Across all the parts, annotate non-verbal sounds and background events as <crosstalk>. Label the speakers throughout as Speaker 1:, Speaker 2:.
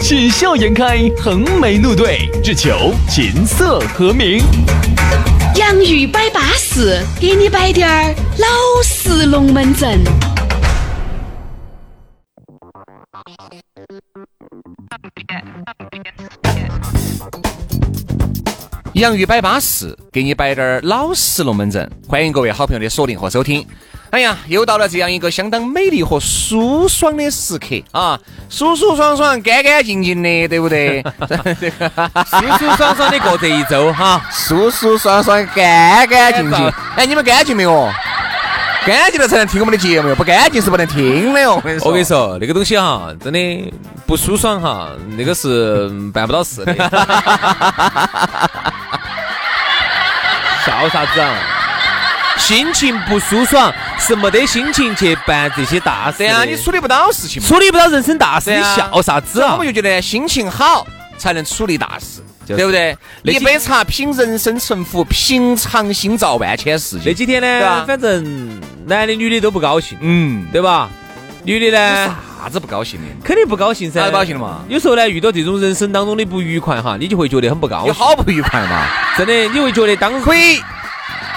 Speaker 1: 喜笑颜开，横眉怒对，只求琴瑟和鸣。
Speaker 2: 洋芋摆巴士，给你摆点儿老式龙门阵。
Speaker 3: 洋芋摆巴适，给你摆点儿老实龙门阵。欢迎各位好朋友的锁定和收听。哎呀，又到了这样一个相当美丽和舒爽的时刻啊，舒舒爽爽、干干净净的，对不对？
Speaker 4: <laughs>
Speaker 3: <laughs>
Speaker 4: 舒舒爽爽的过这一周哈，
Speaker 3: 舒舒爽爽、干干净净。哎，你们干净没有？干净了才能听我们的节目哟，不干净是不能听的哟。我跟你
Speaker 5: 啊
Speaker 3: 说，
Speaker 4: 我跟你说，那个东西哈，真的不舒爽哈，那个是嗯办不到事的。笑啥子啊？心情不舒爽是没得心情去办这些大事
Speaker 3: 对
Speaker 4: 的
Speaker 3: 啊，你处理不到事情嘛。
Speaker 4: 处理不到人生大事，
Speaker 3: 对
Speaker 4: 你
Speaker 3: 啊
Speaker 4: 笑啥子
Speaker 3: 所以我
Speaker 4: 啊
Speaker 3: 们？就觉得心情好才能处理大事，
Speaker 4: 就是
Speaker 3: 对不对？
Speaker 4: 那
Speaker 3: 一
Speaker 4: 些
Speaker 3: 杯茶品人生沉浮，平常心照万千世
Speaker 4: 那
Speaker 3: 界。
Speaker 4: 几天
Speaker 3: 对啊吧
Speaker 4: 呢，反正男的女的都不高兴，
Speaker 3: 嗯，
Speaker 4: 对吧？女的呢？
Speaker 3: 啥子不高兴的？
Speaker 4: 肯定不高兴噻，
Speaker 3: 哪里不高兴了嘛
Speaker 4: 有时候呢，遇到这种人生当中的不愉快哈，你就会觉得很不高
Speaker 3: 有
Speaker 4: 兴，
Speaker 3: 好不愉快嘛？
Speaker 4: 真的，你会觉得当
Speaker 3: 可以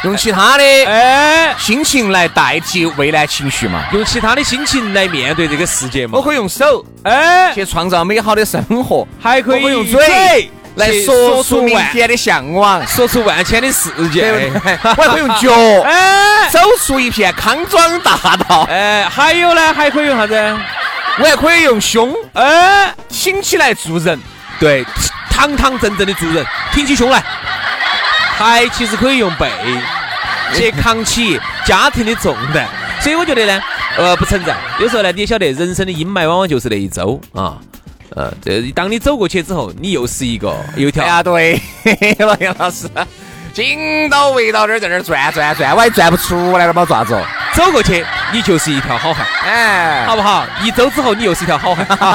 Speaker 3: 用其他的
Speaker 4: 哎，
Speaker 3: 心情来代替畏难情绪嘛？
Speaker 4: 用其他的心情来面对这个世界嘛
Speaker 3: 我。可以用手
Speaker 4: 哎，
Speaker 3: 去创造美好的生活，
Speaker 4: 还可以
Speaker 3: 我
Speaker 4: 用
Speaker 3: 用嘴
Speaker 4: 嘴
Speaker 3: 来
Speaker 4: 去
Speaker 3: 说
Speaker 4: 说
Speaker 3: 出
Speaker 4: 出
Speaker 3: 明
Speaker 4: 万
Speaker 3: 天的向往，
Speaker 4: 说出万千的世
Speaker 3: 对
Speaker 4: 界
Speaker 3: 不。对？我还可以用脚
Speaker 4: <laughs> 哎
Speaker 3: 走出一片康庄大道，
Speaker 4: 哎，还有呢，还可以用啥子？
Speaker 3: 我还可以用胸
Speaker 4: 哎，
Speaker 3: 挺起来做人。
Speaker 4: 对，堂堂正正的做人，挺起胸来。还其实可以用背去扛起家庭的重 <laughs> 担，所以我觉得呢，呃，不存在。有时候呢，你也晓得，人生的阴霾往往就是那一周啊。呃，这当你走过去之后，你又是一个又一条
Speaker 3: 哎呀，对， <laughs> 了，杨老师，紧到围到这儿在那儿转转转，我还转不出来了嘛，爪子？
Speaker 4: 走过去，你就是一条好汉，
Speaker 3: 哎，
Speaker 4: 好不好？一周之后，你又是一条好汉，好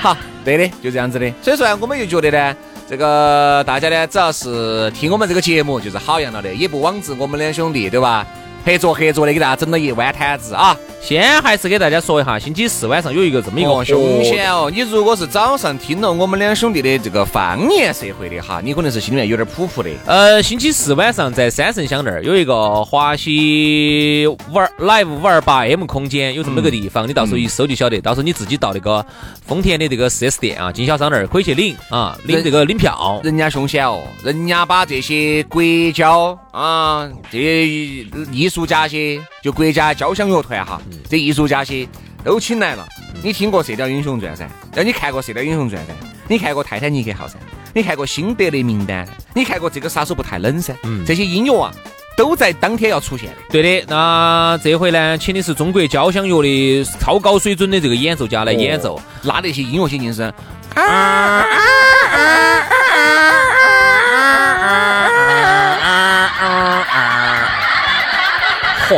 Speaker 3: 好， <laughs> 对的，就这样子的。所以说呢，我们就觉得呢，这个大家呢，只要是听我们这个节目，就是好样了的，也不枉自我们两兄弟，对吧？合作合作的，给大家整了一碗摊子啊！
Speaker 4: <laughs> 先还是给大家说一下，星期四晚上有一个这么一个
Speaker 3: 哦，凶险哦！你如果是早上听了我们两兄弟的这个方言社会的哈，你可能是心里面有点普普的。
Speaker 4: 呃，星期四晚上在三圣乡那儿有一个华西五二 Live 五二八 M 空间，有这么个地方，你到时候一搜就晓得。到时候你自己到那个丰田的这个 4S 店啊，经销商那儿可以去领啊，领
Speaker 3: 人
Speaker 4: 这个领票。
Speaker 3: 人家凶险哦，人家把这些国交啊，这些艺术家些，就国家交响乐团哈，这艺术家些都请来了。你听过《射雕英雄传》噻？然后你看过《射雕英雄传》噻？你看过《泰坦尼克号》噻？你看过《辛德勒名单》噻？你看过《这个杀手不太冷》噻？
Speaker 4: 嗯
Speaker 3: 这些音乐啊，都在当天要出现的。
Speaker 4: 对的，那这回呢，请的是中国交响乐的超高水准的这个演奏家来演奏。
Speaker 3: 拉那些音乐些铃声，啊
Speaker 4: 啊啊嚯，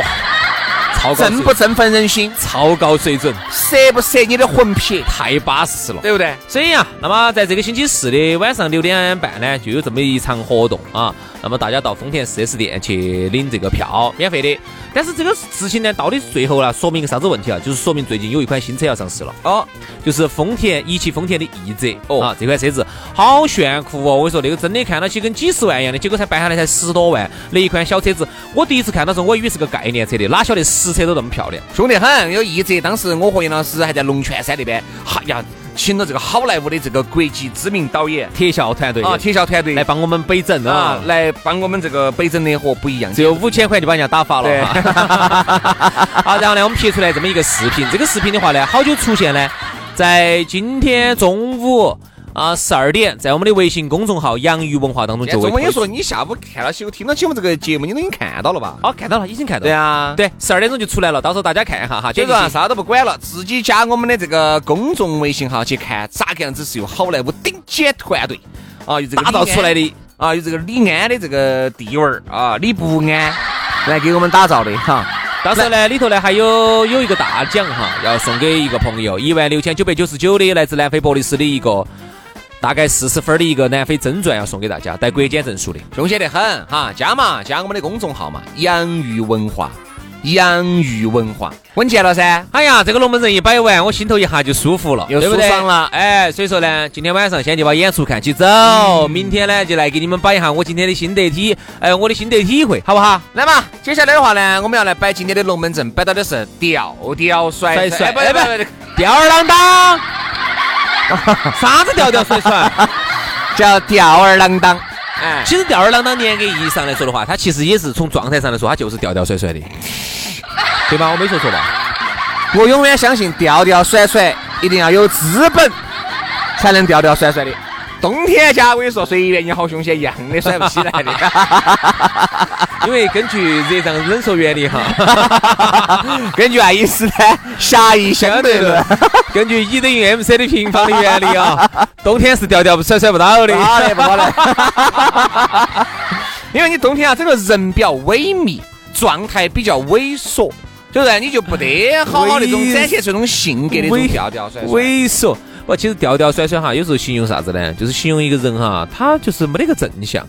Speaker 4: 超高
Speaker 3: 振
Speaker 4: 水
Speaker 3: 不振奋人心？
Speaker 4: 超高水准，
Speaker 3: 射不射你的魂魄？
Speaker 4: 太巴适了。
Speaker 3: 对不对？
Speaker 4: 所以呀、那么在这个星期四的晚上六点半呢，就有这么一场活动啊。那么大家到丰田 4S 店去领这个票，免费的。但是这个事情呢，到底最后呢，说明一个啥子问题啊？就是说明最近有一款新车要上市了，
Speaker 3: 哦，
Speaker 4: 就是丰田一汽丰田的奕泽
Speaker 3: 哦
Speaker 4: 啊，这款车子好炫酷哦！我跟你说，那个真的看到起跟几十万一样的，结果才办下来才十多万，那一款小车子，我第一次看到时候我以为是个概念车的，哪晓得实车都那么漂亮。
Speaker 3: 凶得很，有一折。当时我和杨老师还在龙泉山那边，哎呀，请了这个好莱坞的这个国际知名导演
Speaker 4: 特效团队
Speaker 3: 啊，铁桥团队
Speaker 4: 来帮我们北整
Speaker 3: 啊
Speaker 4: 啊，
Speaker 3: 来帮我们这个北整的和不一样。
Speaker 4: 只有五千块就把人家打发
Speaker 3: 对
Speaker 4: 了哈。 <laughs> 好，然后呢，我们拍出来这么一个视频，这个视频的话呢，好久出现呢，在今天中午啊，十二点在我们的微信公众号“洋芋文化”当中就
Speaker 3: 哎这
Speaker 4: 会
Speaker 3: 我跟你
Speaker 4: 推出
Speaker 3: 说，你下午看了起，听到起我们这个节目，你都已经看到了吧？
Speaker 4: 哦，看到了，已经看到
Speaker 3: 对
Speaker 4: 了。
Speaker 3: 啊，
Speaker 4: 对，十二点钟就出来了，到时候大家看一下哈。
Speaker 3: 所
Speaker 4: 点
Speaker 3: 以
Speaker 4: 击
Speaker 3: 说啊啥都不管了，自己加我们的这个公众微信号去看，咋个样子是有好莱坞顶尖团队啊，有这个
Speaker 4: 打造
Speaker 3: 李安
Speaker 4: 出来的
Speaker 3: 啊，有这个李安的这个地位儿啊，李不安来给我们打造的哈。
Speaker 4: 到时候呢，里头呢还有有一个大奖哈，要送给一个朋友，一万六千九百九十九的来自南非伯利斯的一个大概四十分的一个南非真传要送给大家，带国检证书的。
Speaker 3: 凶险得很哈！加嘛，加我们的公众号嘛，洋芋文化，洋芋文化，稳健了噻。
Speaker 4: 哎呀，这个龙门阵一摆完，我心头一下就舒服了，
Speaker 3: 又
Speaker 4: 对不对
Speaker 3: 舒爽了
Speaker 4: 哎，所以说呢，今天晚上先去把演出看起走，明天呢就来给你们摆一下我今天的心得体，哎，我的心得体会，好不好？
Speaker 3: 来嘛，接下来的话呢，我们要来摆今天的龙门阵，摆到的是吊吊甩
Speaker 4: 甩
Speaker 3: 哎不
Speaker 4: 哎
Speaker 3: 不
Speaker 4: 不
Speaker 3: 不不，
Speaker 4: 吊儿郎当，啥子吊吊甩甩？
Speaker 3: 叫吊儿郎当。哎，
Speaker 4: 其实吊儿郎当严格意义上来说的话，它其实也是从状态上来说，它就是吊吊甩甩的，对吧？我没说错吧？
Speaker 3: 我永远相信吊吊甩甩一定要有资本，才能吊吊甩甩的。冬天家，我跟你说，随便你好凶险，一样的甩不起来 <laughs> 的。
Speaker 4: 因为根据热胀冷缩原理哈，
Speaker 3: 根据爱因斯坦狭义相对论。
Speaker 4: 根据 E 等于 MC 的平方的原理啊，冬天是吊吊甩甩不到的。
Speaker 3: 好嘞，不好嘞。 <laughs> 因为你冬天啊，整个人比较萎靡，状态比较萎缩，就是啊你就不得好好那种展现出那种性格的那种
Speaker 4: 萎
Speaker 3: 调调噻。
Speaker 4: 猥琐。不，其实吊吊甩甩哈，有时候形容啥子呢？就是形容一个人哈，他就是没得个正向，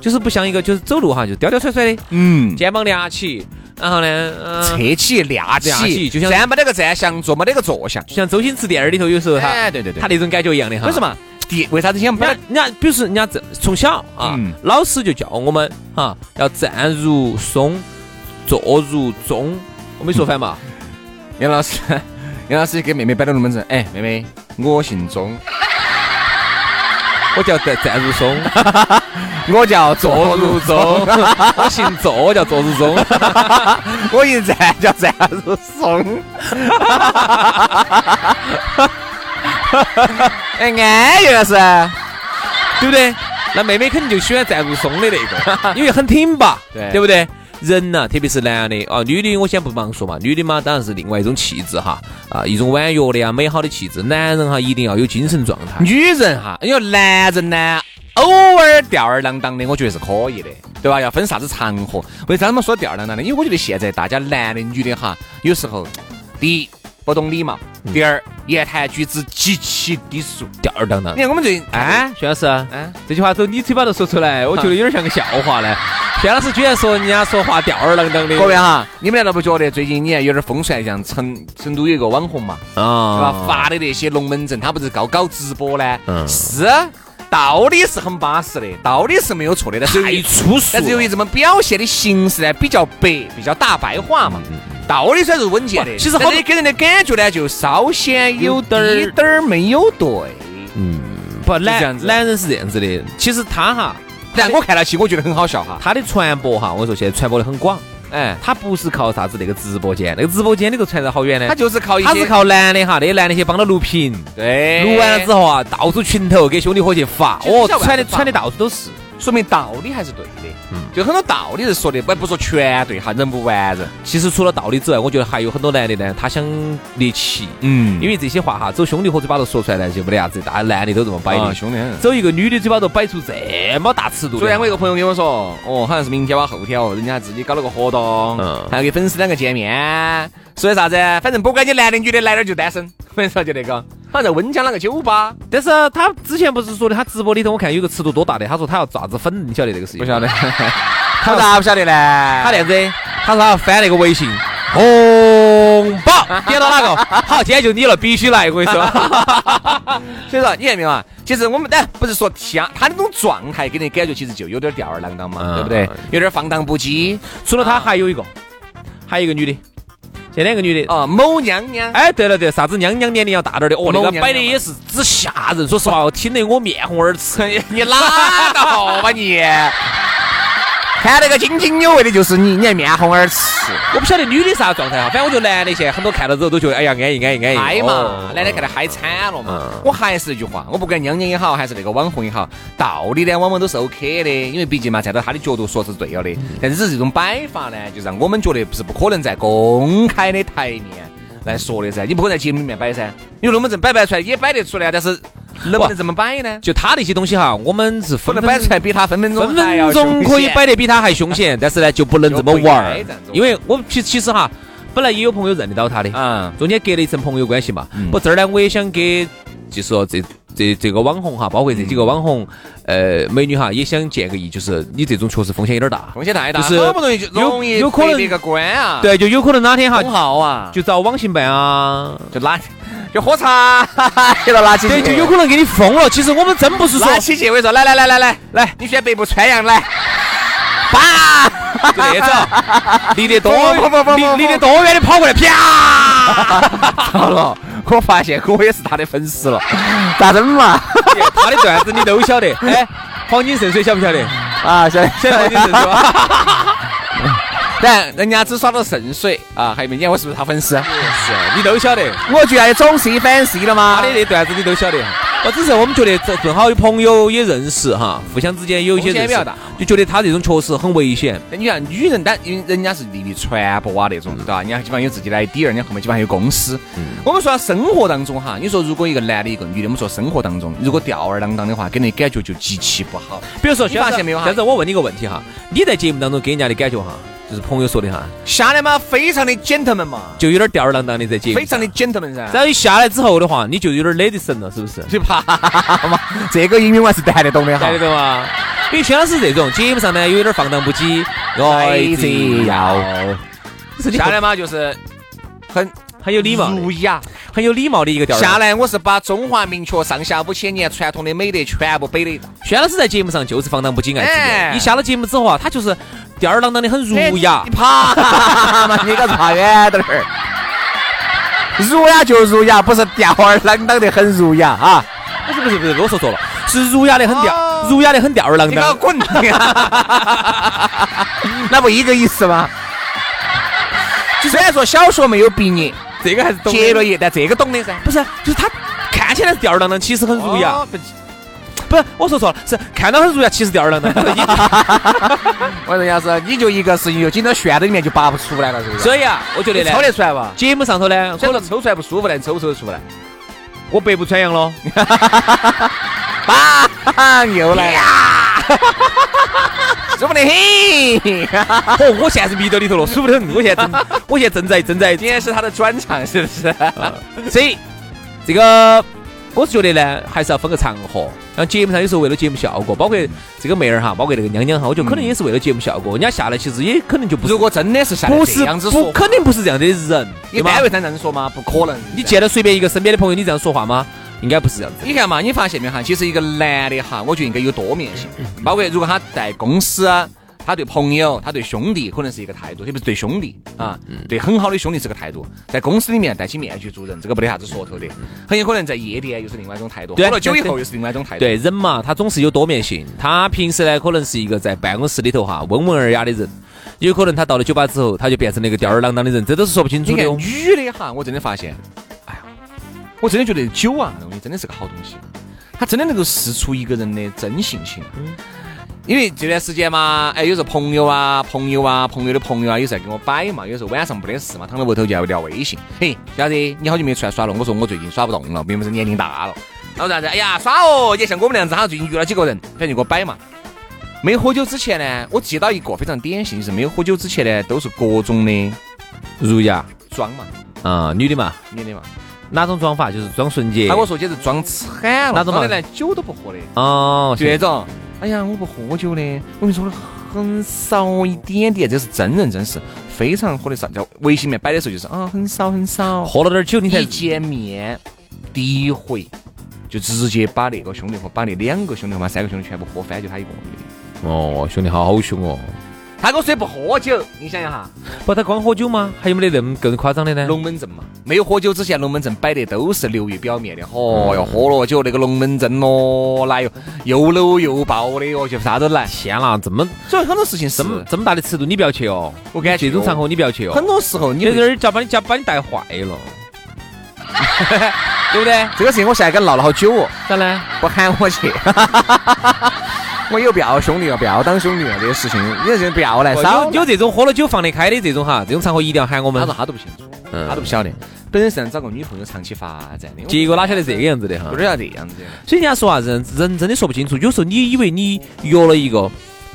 Speaker 4: 就是不像一个就是走路哈，就吊吊甩甩的，
Speaker 3: 嗯，
Speaker 4: 肩膀俩起，然后呢，呃、
Speaker 3: 扯起架
Speaker 4: 架起
Speaker 3: 起，
Speaker 4: 就像
Speaker 3: 站没得个站相，坐没得个坐相。
Speaker 4: 就像周星驰电影里头有时候他
Speaker 3: 哎，对对对
Speaker 4: 他，那种感觉一样的哈。
Speaker 3: 为什？么？第为啥子想
Speaker 4: 人
Speaker 3: 把
Speaker 4: 家人家，比如说人家这从小啊
Speaker 3: 嗯，
Speaker 4: 老师就教我们哈，要站如松，坐如钟。我没说反嘛？
Speaker 3: 杨老师？杨老师给妹妹摆的龙门阵，哎，妹妹，我姓钟，
Speaker 4: 我叫站站如松，
Speaker 3: 我叫
Speaker 4: 坐
Speaker 3: 坐
Speaker 4: 如
Speaker 3: 如
Speaker 4: 钟
Speaker 3: 钟，。
Speaker 4: 我姓坐，我叫坐如钟。
Speaker 3: 我一站叫站如松。 <laughs> 哎，安逸了噻。
Speaker 4: 对不对？那妹妹肯定就喜欢站如松的那
Speaker 3: <laughs>
Speaker 4: 个，因为很挺拔，
Speaker 3: 对
Speaker 4: 不对？人呐、特别是男的啊，女的我先不忙说嘛，女的嘛当然是另外一种气质哈，啊，一种婉约的呀，美好的气质。男人哈一定要有精神状态，
Speaker 3: 女人哈，因为男人呢，偶尔吊儿郎当的，我觉得是可以的，对吧？要分啥子场合。为啥他们说吊儿郎当呢？因为我觉得现在大家男的女的哈，有时候，第一不懂礼貌，第二言谈举止极其低俗。
Speaker 4: 吊儿郎当
Speaker 3: 你。看我们最近，
Speaker 4: 哎，薛老师，
Speaker 3: 哎，
Speaker 4: 这句话从你嘴巴头说出来，我觉得有点像个笑话
Speaker 3: 啊
Speaker 4: 呢。薛老师居然说人家说话吊儿郎当的，
Speaker 3: 各位哈，你们难道不觉得最近你看有点风传，像成成都有一个网红嘛？是吧？
Speaker 4: 啊，
Speaker 3: 发的那些龙门阵，他不是搞搞直播呢？
Speaker 4: 嗯
Speaker 3: 是，啊道理是很巴适的，道理是没有错的，但是由
Speaker 4: 太
Speaker 3: 于
Speaker 4: 粗俗了，啊
Speaker 3: 但是由于这么表现的形式呢，比较白，比较大白话
Speaker 4: 嗯
Speaker 3: 嘛。道理虽然是稳健的，
Speaker 4: 其实好
Speaker 3: 但是给人的感觉呢，就稍显有点儿
Speaker 4: 有嗯
Speaker 3: 点儿没有对。
Speaker 4: 不
Speaker 3: 是这样
Speaker 4: 男
Speaker 3: 子
Speaker 4: 男人是这样子的，其实他哈，
Speaker 3: 但我看了起，我觉得很好笑哈。
Speaker 4: 他的传播哈，我说现在传播的很广。
Speaker 3: 哎，
Speaker 4: 他不是靠啥子那个直播间，那个直播间里头传得好远呢
Speaker 3: 他。就是靠一
Speaker 4: 哎他是
Speaker 3: 些
Speaker 4: 靠男的哈，那些男的去帮他录屏，
Speaker 3: 对
Speaker 4: 录完了之，后啊，到处群头给兄弟伙去发，
Speaker 3: 其实
Speaker 4: 哦
Speaker 3: 小，白
Speaker 4: 传的
Speaker 3: 发
Speaker 4: 传的到处都是。
Speaker 3: 说明道理还是对的。
Speaker 4: 嗯
Speaker 3: 就很多道理是说的，不不说全对哈，人不完人。
Speaker 4: 其实除了道理之外，我觉得还有很多男的呢，他想猎奇，
Speaker 3: 嗯
Speaker 4: 因为这些话哈，走兄弟伙嘴巴头说出来呢就没得啥子，大家男的都这么摆
Speaker 3: 啊，
Speaker 4: 的，
Speaker 3: 兄弟。
Speaker 4: 走一个女的嘴巴头摆出这么大尺度的。
Speaker 3: 昨天我一个朋友跟我说，哦，好像是明天吧，后天哦，人家自己搞了个活动，
Speaker 4: 嗯
Speaker 3: 还要给粉丝两个见面，说的啥子？反正不管你男的女的，来这儿就单身。 <laughs> 我跟你说，就那个，好像在温江那个酒吧，
Speaker 4: 但是啊他之前不是说的，他直播里头我看有个尺度多大的，他说他要咋子粉，你晓得这个事情？
Speaker 3: 不 <laughs> 晓得，他咋不晓得呢？
Speaker 4: 他
Speaker 3: 他
Speaker 4: 这样子，他说他要翻那个微信，红 <laughs> 包点到哪个？好，今天就你了，必须来！我跟你说， <laughs>
Speaker 3: 所以说，你看没有啊？其实我们但不是说他他那种状态给人感觉其实就有点吊儿郎当嘛，
Speaker 4: 嗯
Speaker 3: 对不对？有点放荡不羁
Speaker 4: 除了他还有一个，还有一个女的，这两个女的。
Speaker 3: 啊、某娘娘，
Speaker 4: 哎，对了对了，啥子娘娘年龄要大点儿的，哦，那
Speaker 3: 某
Speaker 4: 个
Speaker 3: 娘娘
Speaker 4: 摆的也是之吓人，说实 <laughs> 话，我听得我面红耳赤。
Speaker 3: <laughs> 你拉倒吧你！看那个津津有味的就是你，你还面红耳赤，
Speaker 4: 我不晓得女的啥状态啊哈，反正我觉得男的现在很多看到之后都觉得哎呀安逸安逸安逸。
Speaker 3: 嗨
Speaker 4: 哦
Speaker 3: 嘛，男的看得嗨惨了嘛。我还是一句话，我不管娘娘也好，还是那个网红也好，道理呢我们都是 OK 的，因为毕竟嘛，站到他的角度说是对了的。
Speaker 4: 嗯
Speaker 3: 但是只是这种摆法呢，就让我们觉得是不可能在公开的台面来说的噻，你不可能在节目里面摆噻，你龙门阵摆不出来也摆得出来，但是能不能这么摆呢？
Speaker 4: 就他那些东西哈，我们是
Speaker 3: 不
Speaker 4: 分
Speaker 3: 能
Speaker 4: 分
Speaker 3: 摆出来比他分分钟
Speaker 4: 分
Speaker 3: 还要
Speaker 4: 分钟
Speaker 3: 凶
Speaker 4: 可以
Speaker 3: 险
Speaker 4: 摆得比他还凶险，但是呢就不能这么玩
Speaker 3: 就不
Speaker 4: 儿
Speaker 3: 应该这样子，
Speaker 4: 因为我其其实哈，本来也有朋友认得到他的，
Speaker 3: 嗯
Speaker 4: 中间隔了一层朋友关系嘛
Speaker 3: 嗯。
Speaker 4: 不，这儿呢我也想给，就说这这这个网红哈，包括这几个网红，呃，美女哈，也想建个议，就是你这种确实风险有点大，啊
Speaker 3: 风险太大，
Speaker 4: 就是
Speaker 3: 好不容易就
Speaker 4: 有
Speaker 3: 容易
Speaker 4: 有可能
Speaker 3: 被别个关啊，，
Speaker 4: 对，就有可能哪天哈
Speaker 3: 封号啊，
Speaker 4: 就找网信办啊，
Speaker 3: 就拉 <laughs> 就喝茶， <laughs> 去了拿起
Speaker 4: 对，
Speaker 3: 去
Speaker 4: 就有可能给你封了。其实我们真不是说
Speaker 3: 拿起去，我跟你说，来来来来来
Speaker 4: 来，
Speaker 3: 你选北部川阳来，啪，
Speaker 4: 就那 <laughs> 种，离得多
Speaker 3: 不不不不不
Speaker 4: 离离得多远的跑过来，啪！
Speaker 3: 好了，我发现我也是他的粉丝了，咋整嘛？
Speaker 4: 他的段子你都晓得，哎，黄金圣水晓不晓得？
Speaker 3: 啊，晓得
Speaker 4: 晓得黄金圣水吧？<laughs>
Speaker 3: <laughs> 但人家只耍到圣水啊，还没见我是不是他粉丝？啊
Speaker 4: 你都晓得，
Speaker 3: 我居然总是一反 C 了
Speaker 4: 他
Speaker 3: 吗
Speaker 4: 的那段子你都晓得。我哦只是我们觉得这正好有朋友也认识哈，互相之间有一些
Speaker 3: 风险
Speaker 4: 认
Speaker 3: 比较
Speaker 4: 识
Speaker 3: 大，
Speaker 4: 就觉得他这种确实很危险。
Speaker 3: 那你看女人，但因为人家是利于传播啊那种，对吧？人家基本上有自己的 idea，人家后面基本上有公司。我们说到生活当中哈，你说如果一个男的，一个女的，我们说生活当中，如果吊儿郎当的话，给人感觉就极其不好。
Speaker 4: 比如说，
Speaker 3: 你发现没有哈
Speaker 4: 但是我问你一个问题哈，你在节目当中给人家的感觉哈，就是朋友说的哈，
Speaker 3: 下来嘛，非常的 gentleman 嘛，
Speaker 4: 就有点吊儿郎当的在节目，
Speaker 3: 非常的。gentleman 噻。
Speaker 4: 然后一下来之后的话，你就有点 lady 神了，是不是？ <laughs>
Speaker 3: 就怕 <laughs> 嘛，这个英语我还是谈得懂的哈
Speaker 4: 看得。懂吗？因为薛老师这种节目上呢，有点放荡不羁，
Speaker 3: 哎
Speaker 4: 来
Speaker 3: 这要，下
Speaker 4: 下
Speaker 3: 来
Speaker 4: 来
Speaker 3: 嘛就是很
Speaker 4: 很有礼貌的，
Speaker 3: 儒雅。
Speaker 4: 很有礼貌的一个调儿。
Speaker 3: 下来我是把中华民族上下五千年传统的美德全部背了一道。
Speaker 4: 薛老师在节目上就是放荡不羁、爱自
Speaker 3: 哎
Speaker 4: 由。一下了节目之后啊，他就是吊儿郎当的，很儒雅
Speaker 3: 你。爬嘛， <laughs> 你给我爬远点儿。儒雅就儒雅，不是吊儿郎当的很儒雅啊！
Speaker 4: 不是不是不是，我说错了，是儒雅的很
Speaker 3: 哦
Speaker 4: 吊，儒雅的很吊儿郎
Speaker 3: 你给我
Speaker 4: 当。
Speaker 3: 滚！
Speaker 4: 啊
Speaker 3: <laughs> 那不一个意思
Speaker 4: <laughs>
Speaker 3: 吗？虽然说小学没有毕业，
Speaker 4: 这个还是懂的
Speaker 3: 结了业，但这个懂的噻。
Speaker 4: 不是，就是他看起来是吊儿郎当，其实很儒雅。
Speaker 3: 哦
Speaker 4: 不是，我说错了，是看到很儒雅，其实吊儿
Speaker 3: <laughs>
Speaker 4: 郎当。
Speaker 3: 我说要是你就一个事情就紧到旋子里面就拔不出来了，是不是？
Speaker 4: 所以啊，我觉得
Speaker 3: 你
Speaker 4: 呢
Speaker 3: 抽，得出来吧？
Speaker 4: 节目上头呢，
Speaker 3: 可能抽出来不舒服，但抽抽得出来。
Speaker 4: 我百步穿杨喽。
Speaker 3: 啊，哈哈又来了， <laughs> 舒服得很。
Speaker 4: <laughs> 哦，我现在是迷到里头了，舒服得很。我现在正，我现在正在正在啊
Speaker 3: 今天是他的专场，是
Speaker 4: <laughs>
Speaker 3: 不是？
Speaker 4: 所以这个我是觉得呢，还是要分个场合。然后节目上有时候为了节目效果，包括这个妹儿哈，包括那个娘娘哈，我觉得可能也是为了节目效果，人家下来其实也可能就不是
Speaker 3: 如果真的是像
Speaker 4: 不
Speaker 3: 这
Speaker 4: 是
Speaker 3: 样子
Speaker 4: 不
Speaker 3: 说，
Speaker 4: 肯定不是这样的人，
Speaker 3: 你
Speaker 4: 对吧
Speaker 3: 单？位上这样说吗？不可能。
Speaker 4: 你见到随便一个身边的朋友，你这样说话吗？应该不是这样子。
Speaker 3: 你看嘛，你发现没有哈？其实一个男的哈，我觉得应该有多面性，包括如果他在公司啊。他对朋友，他对兄弟可能是一个态度，特别是对兄弟啊，
Speaker 4: 嗯
Speaker 3: 对很好的兄弟是个态度。在公司里面戴起面具做人，这个没得啥子说头的。很有可能在夜店又是另外一种态度，
Speaker 4: 对啊
Speaker 3: 喝了酒以
Speaker 4: 对
Speaker 3: 后又是另外一种态度。
Speaker 4: 对人嘛，他总是有多面性。他平时呢，可能是一个在办公室里头哈温文尔雅的人，有可能他到了酒吧之后，他就变成了一个吊儿郎当的人，这都是说不清楚
Speaker 3: 你
Speaker 4: 的
Speaker 3: 看
Speaker 4: 哦。
Speaker 3: 女的哈，我真的发现，哎呀，我真的觉得酒啊，那东西真的是个好东西，它真的能够试出一个人的真性情。啊因为这段时间嘛，哎，有时候朋友啊、朋友啊、朋友的朋友啊，有时候在给我摆嘛，有时候晚上没得事嘛，躺在屋头就要聊微信。嘿，小子，你好久没出来耍了？我说我最近耍不动了，并不是年龄大了。然后啥子？哎呀，耍哦，也像我们那样子，他最近约了几个人，反正就给我摆嘛。没喝酒之前呢，我记到一个非常典型，就是没有喝酒之前呢，都是各种的
Speaker 4: 儒雅
Speaker 3: 装嘛，
Speaker 4: 啊，女的嘛，
Speaker 3: 女的嘛。
Speaker 4: 哪种装法就是装纯洁。
Speaker 3: 他跟我说简直装惨了，
Speaker 4: 哪种嘛
Speaker 3: 装得连酒都不喝的，
Speaker 4: 哦，
Speaker 3: 就那种，哎呀，我不喝酒的，我跟你说的很少一点点，这是真人真事，非常喝的少。在微信里面摆的时候就是啊，很少很少。
Speaker 4: 哦喝了点酒，你才
Speaker 3: 一见面第一回就直接把那个兄弟伙，把那两个兄弟伙嘛，三个兄弟全部喝翻，就他一个女的。
Speaker 4: 哦，兄弟好好凶哦，
Speaker 3: 他跟我说不喝酒，你想一下，
Speaker 4: 不，他光喝酒吗？还有没得那么更夸张的呢？
Speaker 3: 龙门阵嘛，没有喝酒之前，龙门阵摆的都是流于表面的。哦哟，喝了酒那个龙门阵哦，哪有又搂又抱的哦，就啥都来。
Speaker 4: 天啦，这么
Speaker 3: 所以很多事情是
Speaker 4: 这么这么大的尺度，你不要去哦。
Speaker 3: 我感觉
Speaker 4: 这种场合你不要去哦。
Speaker 3: 很多时候你
Speaker 4: 你这儿叫把你叫把你带坏了， <laughs> 对不对？
Speaker 3: 这个事情，我现在跟他闹了好久哦， <laughs>
Speaker 4: 咋呢？
Speaker 3: 不喊我去。 <laughs> 我有必要兄弟啊，不要当兄弟啊，这些事情，你这不要来
Speaker 4: 有
Speaker 3: 少。
Speaker 4: 有这种喝了酒放得开的这种哈，这种场合一定要喊我
Speaker 3: 他
Speaker 4: 们
Speaker 3: 说。他都不清楚，
Speaker 4: 嗯
Speaker 3: 他都不晓得，本身是想找个女朋友长期发展的，
Speaker 4: 结果哪晓得这个样子的哈
Speaker 3: 不？知道这啊样子的。
Speaker 4: 所以人家说啊，人人真的说不清楚。有时候你以为你约了一个，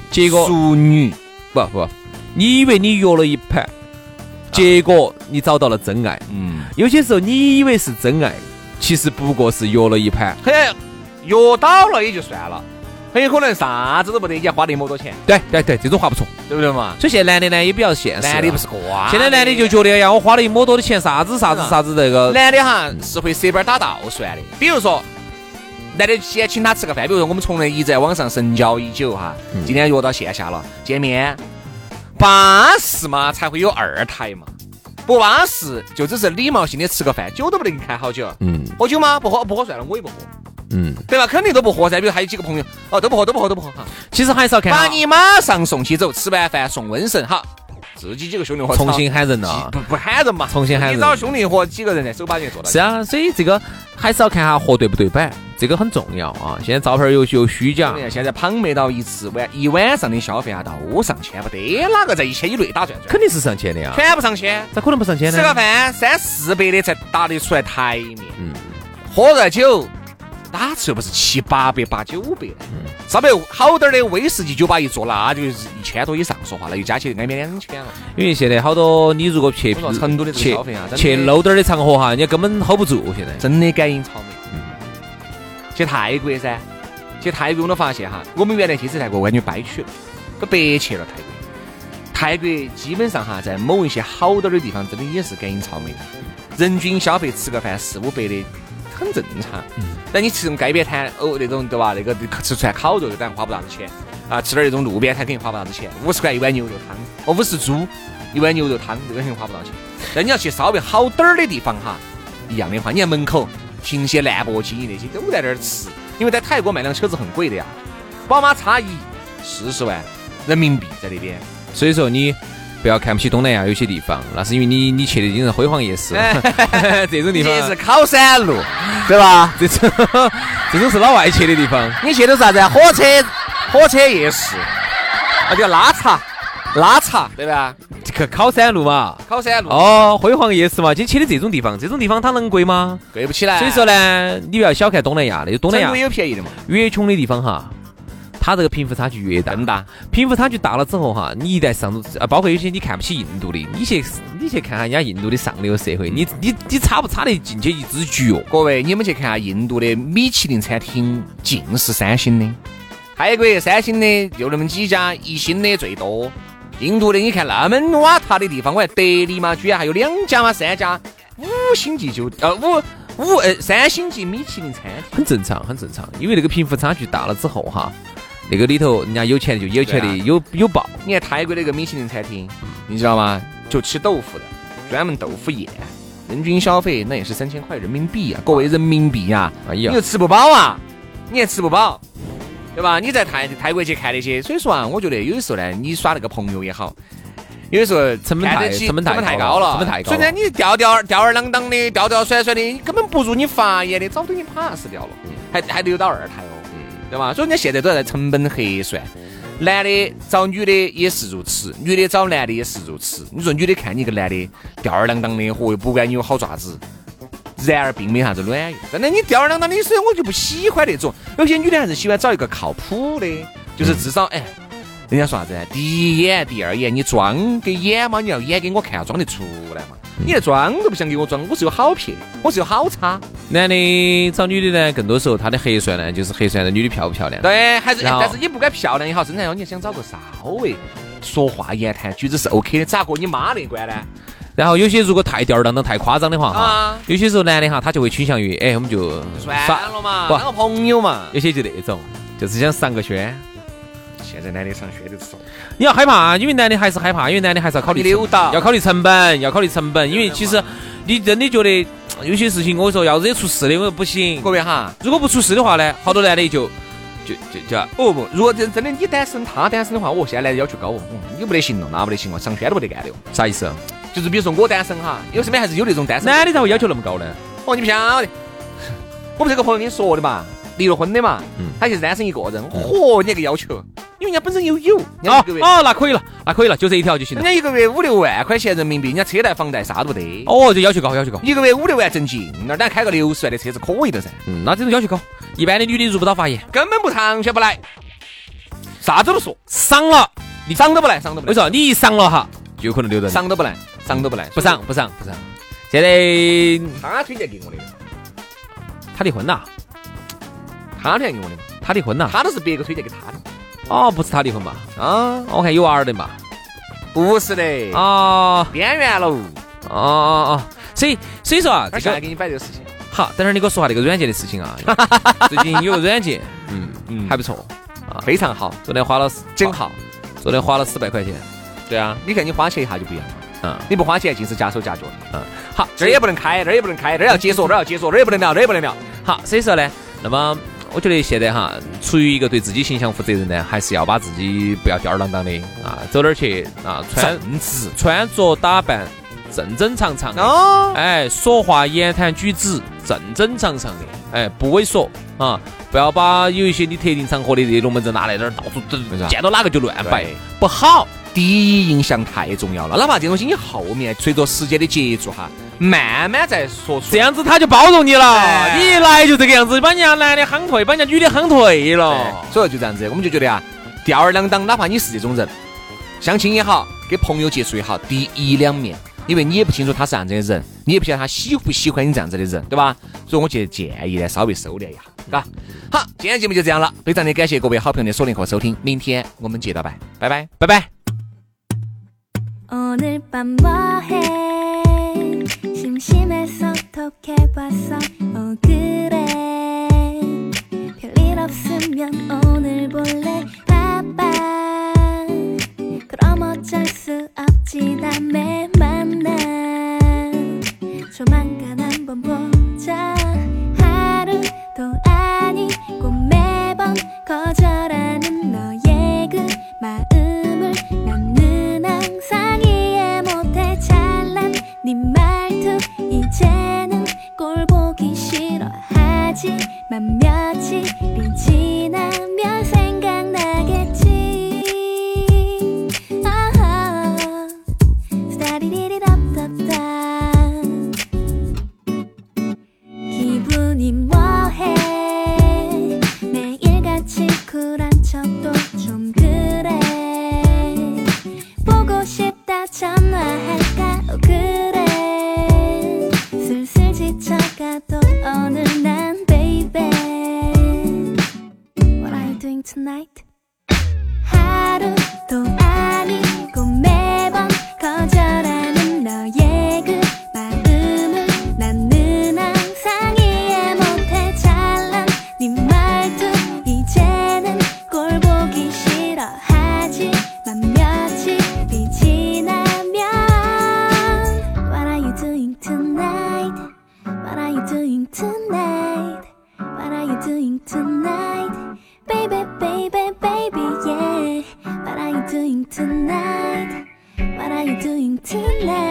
Speaker 4: 结果
Speaker 3: 淑女，
Speaker 4: 不不，你以为你约了一盘，结果你找到了真爱。
Speaker 3: 嗯，
Speaker 4: 有些时候你以为是真爱，其实不过是约了一盘。
Speaker 3: 很约到了也就算了，很有可能啥子都没得，你还花那么多钱，
Speaker 4: 对对对，这种话不错。
Speaker 3: 对不对嘛？
Speaker 4: 所以现在男的呢也比较现实啊，
Speaker 3: 男的不是瓜，
Speaker 4: 现在男的就觉得呀，我花了一么多的钱，啥子啥子啥子这个，
Speaker 3: 男的哈是会舍本打道算的，比如说。男的先请他吃个饭，比如说我们从来一直在网上神交已久哈，今天约到线下了，见面巴适嘛才会有二台嘛，不巴适就只是礼貌性的吃个饭，酒都不得开好久，
Speaker 4: 嗯
Speaker 3: 喝酒吗？不喝不喝算了，我也不喝，
Speaker 4: 嗯，
Speaker 3: 对吧？肯定都不喝噻，比如还有几个朋友哦都不喝都不喝都不喝哈，
Speaker 4: 其实还是要看
Speaker 3: 把
Speaker 4: 哈
Speaker 3: 你马上送起走，吃完饭送瘟神哈，自己几个兄弟伙
Speaker 4: 重新喊人了啊。
Speaker 3: 不不喊人嘛，
Speaker 4: 重新喊人
Speaker 3: 你找兄弟伙几个人在手把人坐到。
Speaker 4: 是啊，所以这个还是要看下货对不对版，这个很重要啊。现在照片有有虚假，
Speaker 3: 现在胖妹到一次晚一晚上的消费啊，都上千，不得哪个在一千以内打转转，
Speaker 4: 肯定是上千的呀，
Speaker 3: 全部上千。
Speaker 4: 咋可能不上千
Speaker 3: 吃
Speaker 4: 呢？
Speaker 3: 个饭三四百的才打得出来台面，
Speaker 4: 嗯，
Speaker 3: 喝个酒打出又不是七八百、八九百，
Speaker 4: 嗯
Speaker 3: 稍微好点儿的威士忌酒吧一坐，那就是一千多以上，说话了，又加起来挨免两千了。
Speaker 4: 因为现在好多你如果去
Speaker 3: 我说成都的这个
Speaker 4: 去
Speaker 3: 消费啊真的
Speaker 4: 去 low 点儿的场合哈，人家根本 hold 不住。现在
Speaker 3: 真的感应草莓。去泰国噻，去泰国我都发现哈，我们原来去次泰国，我感觉掰曲了，都白去了泰国。泰国基本上哈，在某一些好点儿的地方，真的也是感应草莓的，人均消费吃个饭四五百的。很正常，但你吃那种街边摊哦，那种对吧？那个吃串烤肉，当然花不大的钱啊。吃点那种路边摊，肯定花不大的钱，五十块一碗牛肉汤，哦，五十铢一碗牛肉汤，这个肯定花不到钱。但你要去稍微好点儿的地方哈，一样的话，你看门口停些兰博基尼那些都在那儿吃，因为在泰国买辆车子很贵的呀，宝马叉一四十万人民币在那边，
Speaker 4: 所以说你不要看不起东南亚有些地方，那是因为你你去的已经是辉煌夜市，
Speaker 3: <laughs>
Speaker 4: 这种地
Speaker 3: 哎你
Speaker 4: 方啊
Speaker 3: 去是考山路，对吧？
Speaker 4: 这种这种是老外去的地方。
Speaker 3: 你去的是啥子？啊火车火车夜市，啊叫拉茶，拉茶对吧？
Speaker 4: 这个考山路嘛，
Speaker 3: 考山路
Speaker 4: 哦，辉煌夜市嘛，就去的这种地方，这种地方它能贵吗？
Speaker 3: 贵不起来，
Speaker 4: 所以说呢，你不要小看东南亚的，东
Speaker 3: 成
Speaker 4: 南
Speaker 3: 都也
Speaker 4: 亚
Speaker 3: 有便宜的嘛，
Speaker 4: 越穷的地方哈，它这个贫富差距越大，
Speaker 3: 更大。
Speaker 4: 贫富差距大了之后哈，你一旦上啊，包括有些你看不起印度的，你去你去看下人家印度的上流社会，你
Speaker 3: 嗯
Speaker 4: 你你差不差得进去一只脚？
Speaker 3: 各位，你们去看下印度的米其林餐厅，尽是三星的。泰国三星的就那么几家，一星的最多。印度的你看那么瓦塔的地方，我看德里嘛，居然还有两家嘛，三家五星级酒呃五五呃三星级米其林餐厅。
Speaker 4: 很正常，很正常，因为那个贫富差距大了之后哈，那个里头人家有钱的就有钱的，
Speaker 3: 对啊
Speaker 4: 有有爆，
Speaker 3: 你看泰国那个米其林餐厅，你知道吗？就吃豆腐的，专门豆腐宴，人均消费那也是三千块人民币啊！各位人民币呀、
Speaker 4: 哎
Speaker 3: 你
Speaker 4: 呀
Speaker 3: 就，吃不饱啊，你也吃不饱，对吧？你在泰泰国去看那些，所以说啊，我觉得有的时候呢，你耍那个朋友也好，有的时候
Speaker 4: 成本太
Speaker 3: 看得起
Speaker 4: 哎成本太
Speaker 3: 高
Speaker 4: 高
Speaker 3: 了，
Speaker 4: 了成本太高
Speaker 3: 所
Speaker 4: 了
Speaker 3: 以呢，你吊吊吊儿郎当的，吊吊甩甩的，你根本不如你发言的，早都已经 pass 掉了，
Speaker 4: 嗯
Speaker 3: 还还留到二胎哦，对吧？所以人家现在都在成本核算。男的找女的也是如此，女的找男的也是如此。你说女的看你一个男的吊儿郎当的，嚯，不管你有好爪子，然而并没啥子卵用。真的，你吊儿郎当的，所以我就不喜欢那种。有些女的还是喜欢找一个靠谱的，就是至少哎，人家说啥子？啊第一眼、第二眼，你装给演嘛？你要演给我看，要装得出来嘛？你连装都不想给我装，我是有好撇，我是有好差。
Speaker 4: 男的找女的呢，更多时候他的核算呢就是核算的女的漂不漂亮。
Speaker 3: 对，还是哎
Speaker 4: 然后
Speaker 3: 但是你不管漂亮也好，身材也好，你还想找个稍微说话言谈举止是 OK 的，咋过你妈那关呢？
Speaker 4: 然后有些如果太吊儿郎当、太夸张的话哈
Speaker 3: 啊，
Speaker 4: 有些时候男的哈他就会倾向于，哎，我们就
Speaker 3: 算
Speaker 4: 耍
Speaker 3: 了嘛，
Speaker 4: 不
Speaker 3: 当个朋友嘛。
Speaker 4: 有些就那种，就是想上个轩，
Speaker 3: 现在男的上圈子说，
Speaker 4: 你要害怕，因为男的还是害怕，因为男的还是要考虑
Speaker 3: 你溜达
Speaker 4: 要考虑成本，要考虑成本。因为其实你真的觉得有些事情，我跟你说要惹出事的，我说不行。
Speaker 3: 各位哈，
Speaker 4: 如果不出事的话呢，好多男的就就就就
Speaker 3: 哦不，如果真真的你单身，他单身的话，我现在男的要求高哦，嗯你不得行了，那不得行了，上圈都不得干的哦。
Speaker 4: 啥意思？
Speaker 3: 就是比如说我单身哈，因为身边还是有那种单身的
Speaker 4: 男的咋会要求那么高呢？
Speaker 3: 哦，你不晓得， <laughs> 我们这个朋友跟你说的嘛，离了婚的嘛，
Speaker 4: 嗯
Speaker 3: 他就是单身一个人。嚯，你那个要求，因为人家本身有有，人家
Speaker 4: 哦
Speaker 3: 一个月，
Speaker 4: 哦，那可以了，那可以了，就这一条就行
Speaker 3: 人
Speaker 4: 了。
Speaker 3: 家一个月五六万块钱人民币，人家车贷房贷啥都不得，
Speaker 4: 哦，就要求高，要求高。
Speaker 3: 一个月五六万挣进，那儿哪开个六十万的车是可以的噻，
Speaker 4: 嗯，那这种要求高，一般的女的入不到法眼，
Speaker 3: 根本不上学不来，啥子都说，
Speaker 4: 赏了。
Speaker 3: 你上都不来，上都不
Speaker 4: 我
Speaker 3: 来，
Speaker 4: 说你一赏了哈，就有可能留人。
Speaker 3: 上都不来，上都不来，
Speaker 4: 不赏不赏不赏。现在
Speaker 3: 他推荐给我的，
Speaker 4: 他离婚了，
Speaker 3: 他推荐给我的，
Speaker 4: 他离婚了。
Speaker 3: 他都是别个推荐给他的
Speaker 4: 哦，不是他离婚吧？
Speaker 3: 啊，
Speaker 4: 我看有娃儿的嘛。
Speaker 3: 不是的，
Speaker 4: 哦
Speaker 3: 啊边缘喽，
Speaker 4: 哦哦哦，所以所以说啊，
Speaker 3: 他
Speaker 4: 这
Speaker 3: 下来
Speaker 4: 个
Speaker 3: 给你摆这个事情，
Speaker 4: 好，等会儿你给我说下这个软件的事情
Speaker 3: <laughs>
Speaker 4: 啊。最近有个软件，嗯
Speaker 3: 嗯
Speaker 4: 还不错。
Speaker 3: 非常好，
Speaker 4: 昨天花了四
Speaker 3: 真，好。
Speaker 4: 昨天花了四百块钱。对啊，
Speaker 3: 你看你花钱一下就不一样了，
Speaker 4: 嗯
Speaker 3: 你不花钱尽是夹手夹脚的。
Speaker 4: 好，
Speaker 3: 这儿也不能开，这儿也不能开，这儿要解锁，这儿要解锁，这儿也不能聊，这儿也不能聊。
Speaker 4: 好，所以说呢，那么我觉得现在哈，出于一个对自己形象负责任呢，还是要把自己不要吊儿郎当的啊，走哪儿去啊，穿
Speaker 3: 直
Speaker 4: 穿着打扮正正常常的，
Speaker 3: 哦，
Speaker 4: 哎，说话言谈举止正正常常的，哎，不猥琐啊，不要把有一些你特定场合的这些龙门阵拿来这儿到处整
Speaker 3: 没，错
Speaker 4: 见到哪个就乱摆
Speaker 3: 啊对，
Speaker 4: 不好。
Speaker 3: 第一印象太重要了，哪怕这东西你后面随着时间的接触哈，慢慢再说出
Speaker 4: 这
Speaker 3: 来。
Speaker 4: 样子他就包容你了，
Speaker 3: 哎
Speaker 4: 你一来就这个样子，把人家男的夯退，把人家女的夯退了。
Speaker 3: 所以就这样子，我们就觉得啊，吊儿郎当，哪怕你是这种人，相亲也好，跟朋友接触也好，第一两面，因为你也不清楚他是啥子的人，你也不晓得他喜不喜欢你这样子的人，对吧？所以我觉得建议呢，稍微收敛一下，嘎。好，今天节目就这样了，非常的感谢各位好朋友的锁定和收听，明天我们接着拜，拜拜。
Speaker 4: 拜拜。
Speaker 6: 오늘 밤 뭐해 심심해서 톡해봤어 어 그래 별일 없으면 오늘 볼래 바빠 그럼 어쩔 수 없지 다음에 만나 조만간 한번 보자 하루도 아니고 매번 거절하는 너의 그 마음을 나는 항상 이해 못해 잘난 네 말투 이제는 꼴 보기 싫어하지만 며칠이 지나면 생각나겠지 아하 스타리리리답답답 기분이 뭐해 매일같이 쿨한 척도 좀 그래 보고 싶다 전화할까 오 그래 슬슬 지쳐가도 오늘 난 baby What are you doing tonight? 하루도 아니고 매번 거절하는 너의 그 마음을 나는 항상 이해 못해 잘난 네 말투 이제는 꼴 보기 싫어하지만 며칠이 지나면 What are you doing tonight? What are you doing tonight? What are you doing tonight? Baby, baby, baby, yeah. What are you doing tonight? What are you doing tonight? Oh, oh,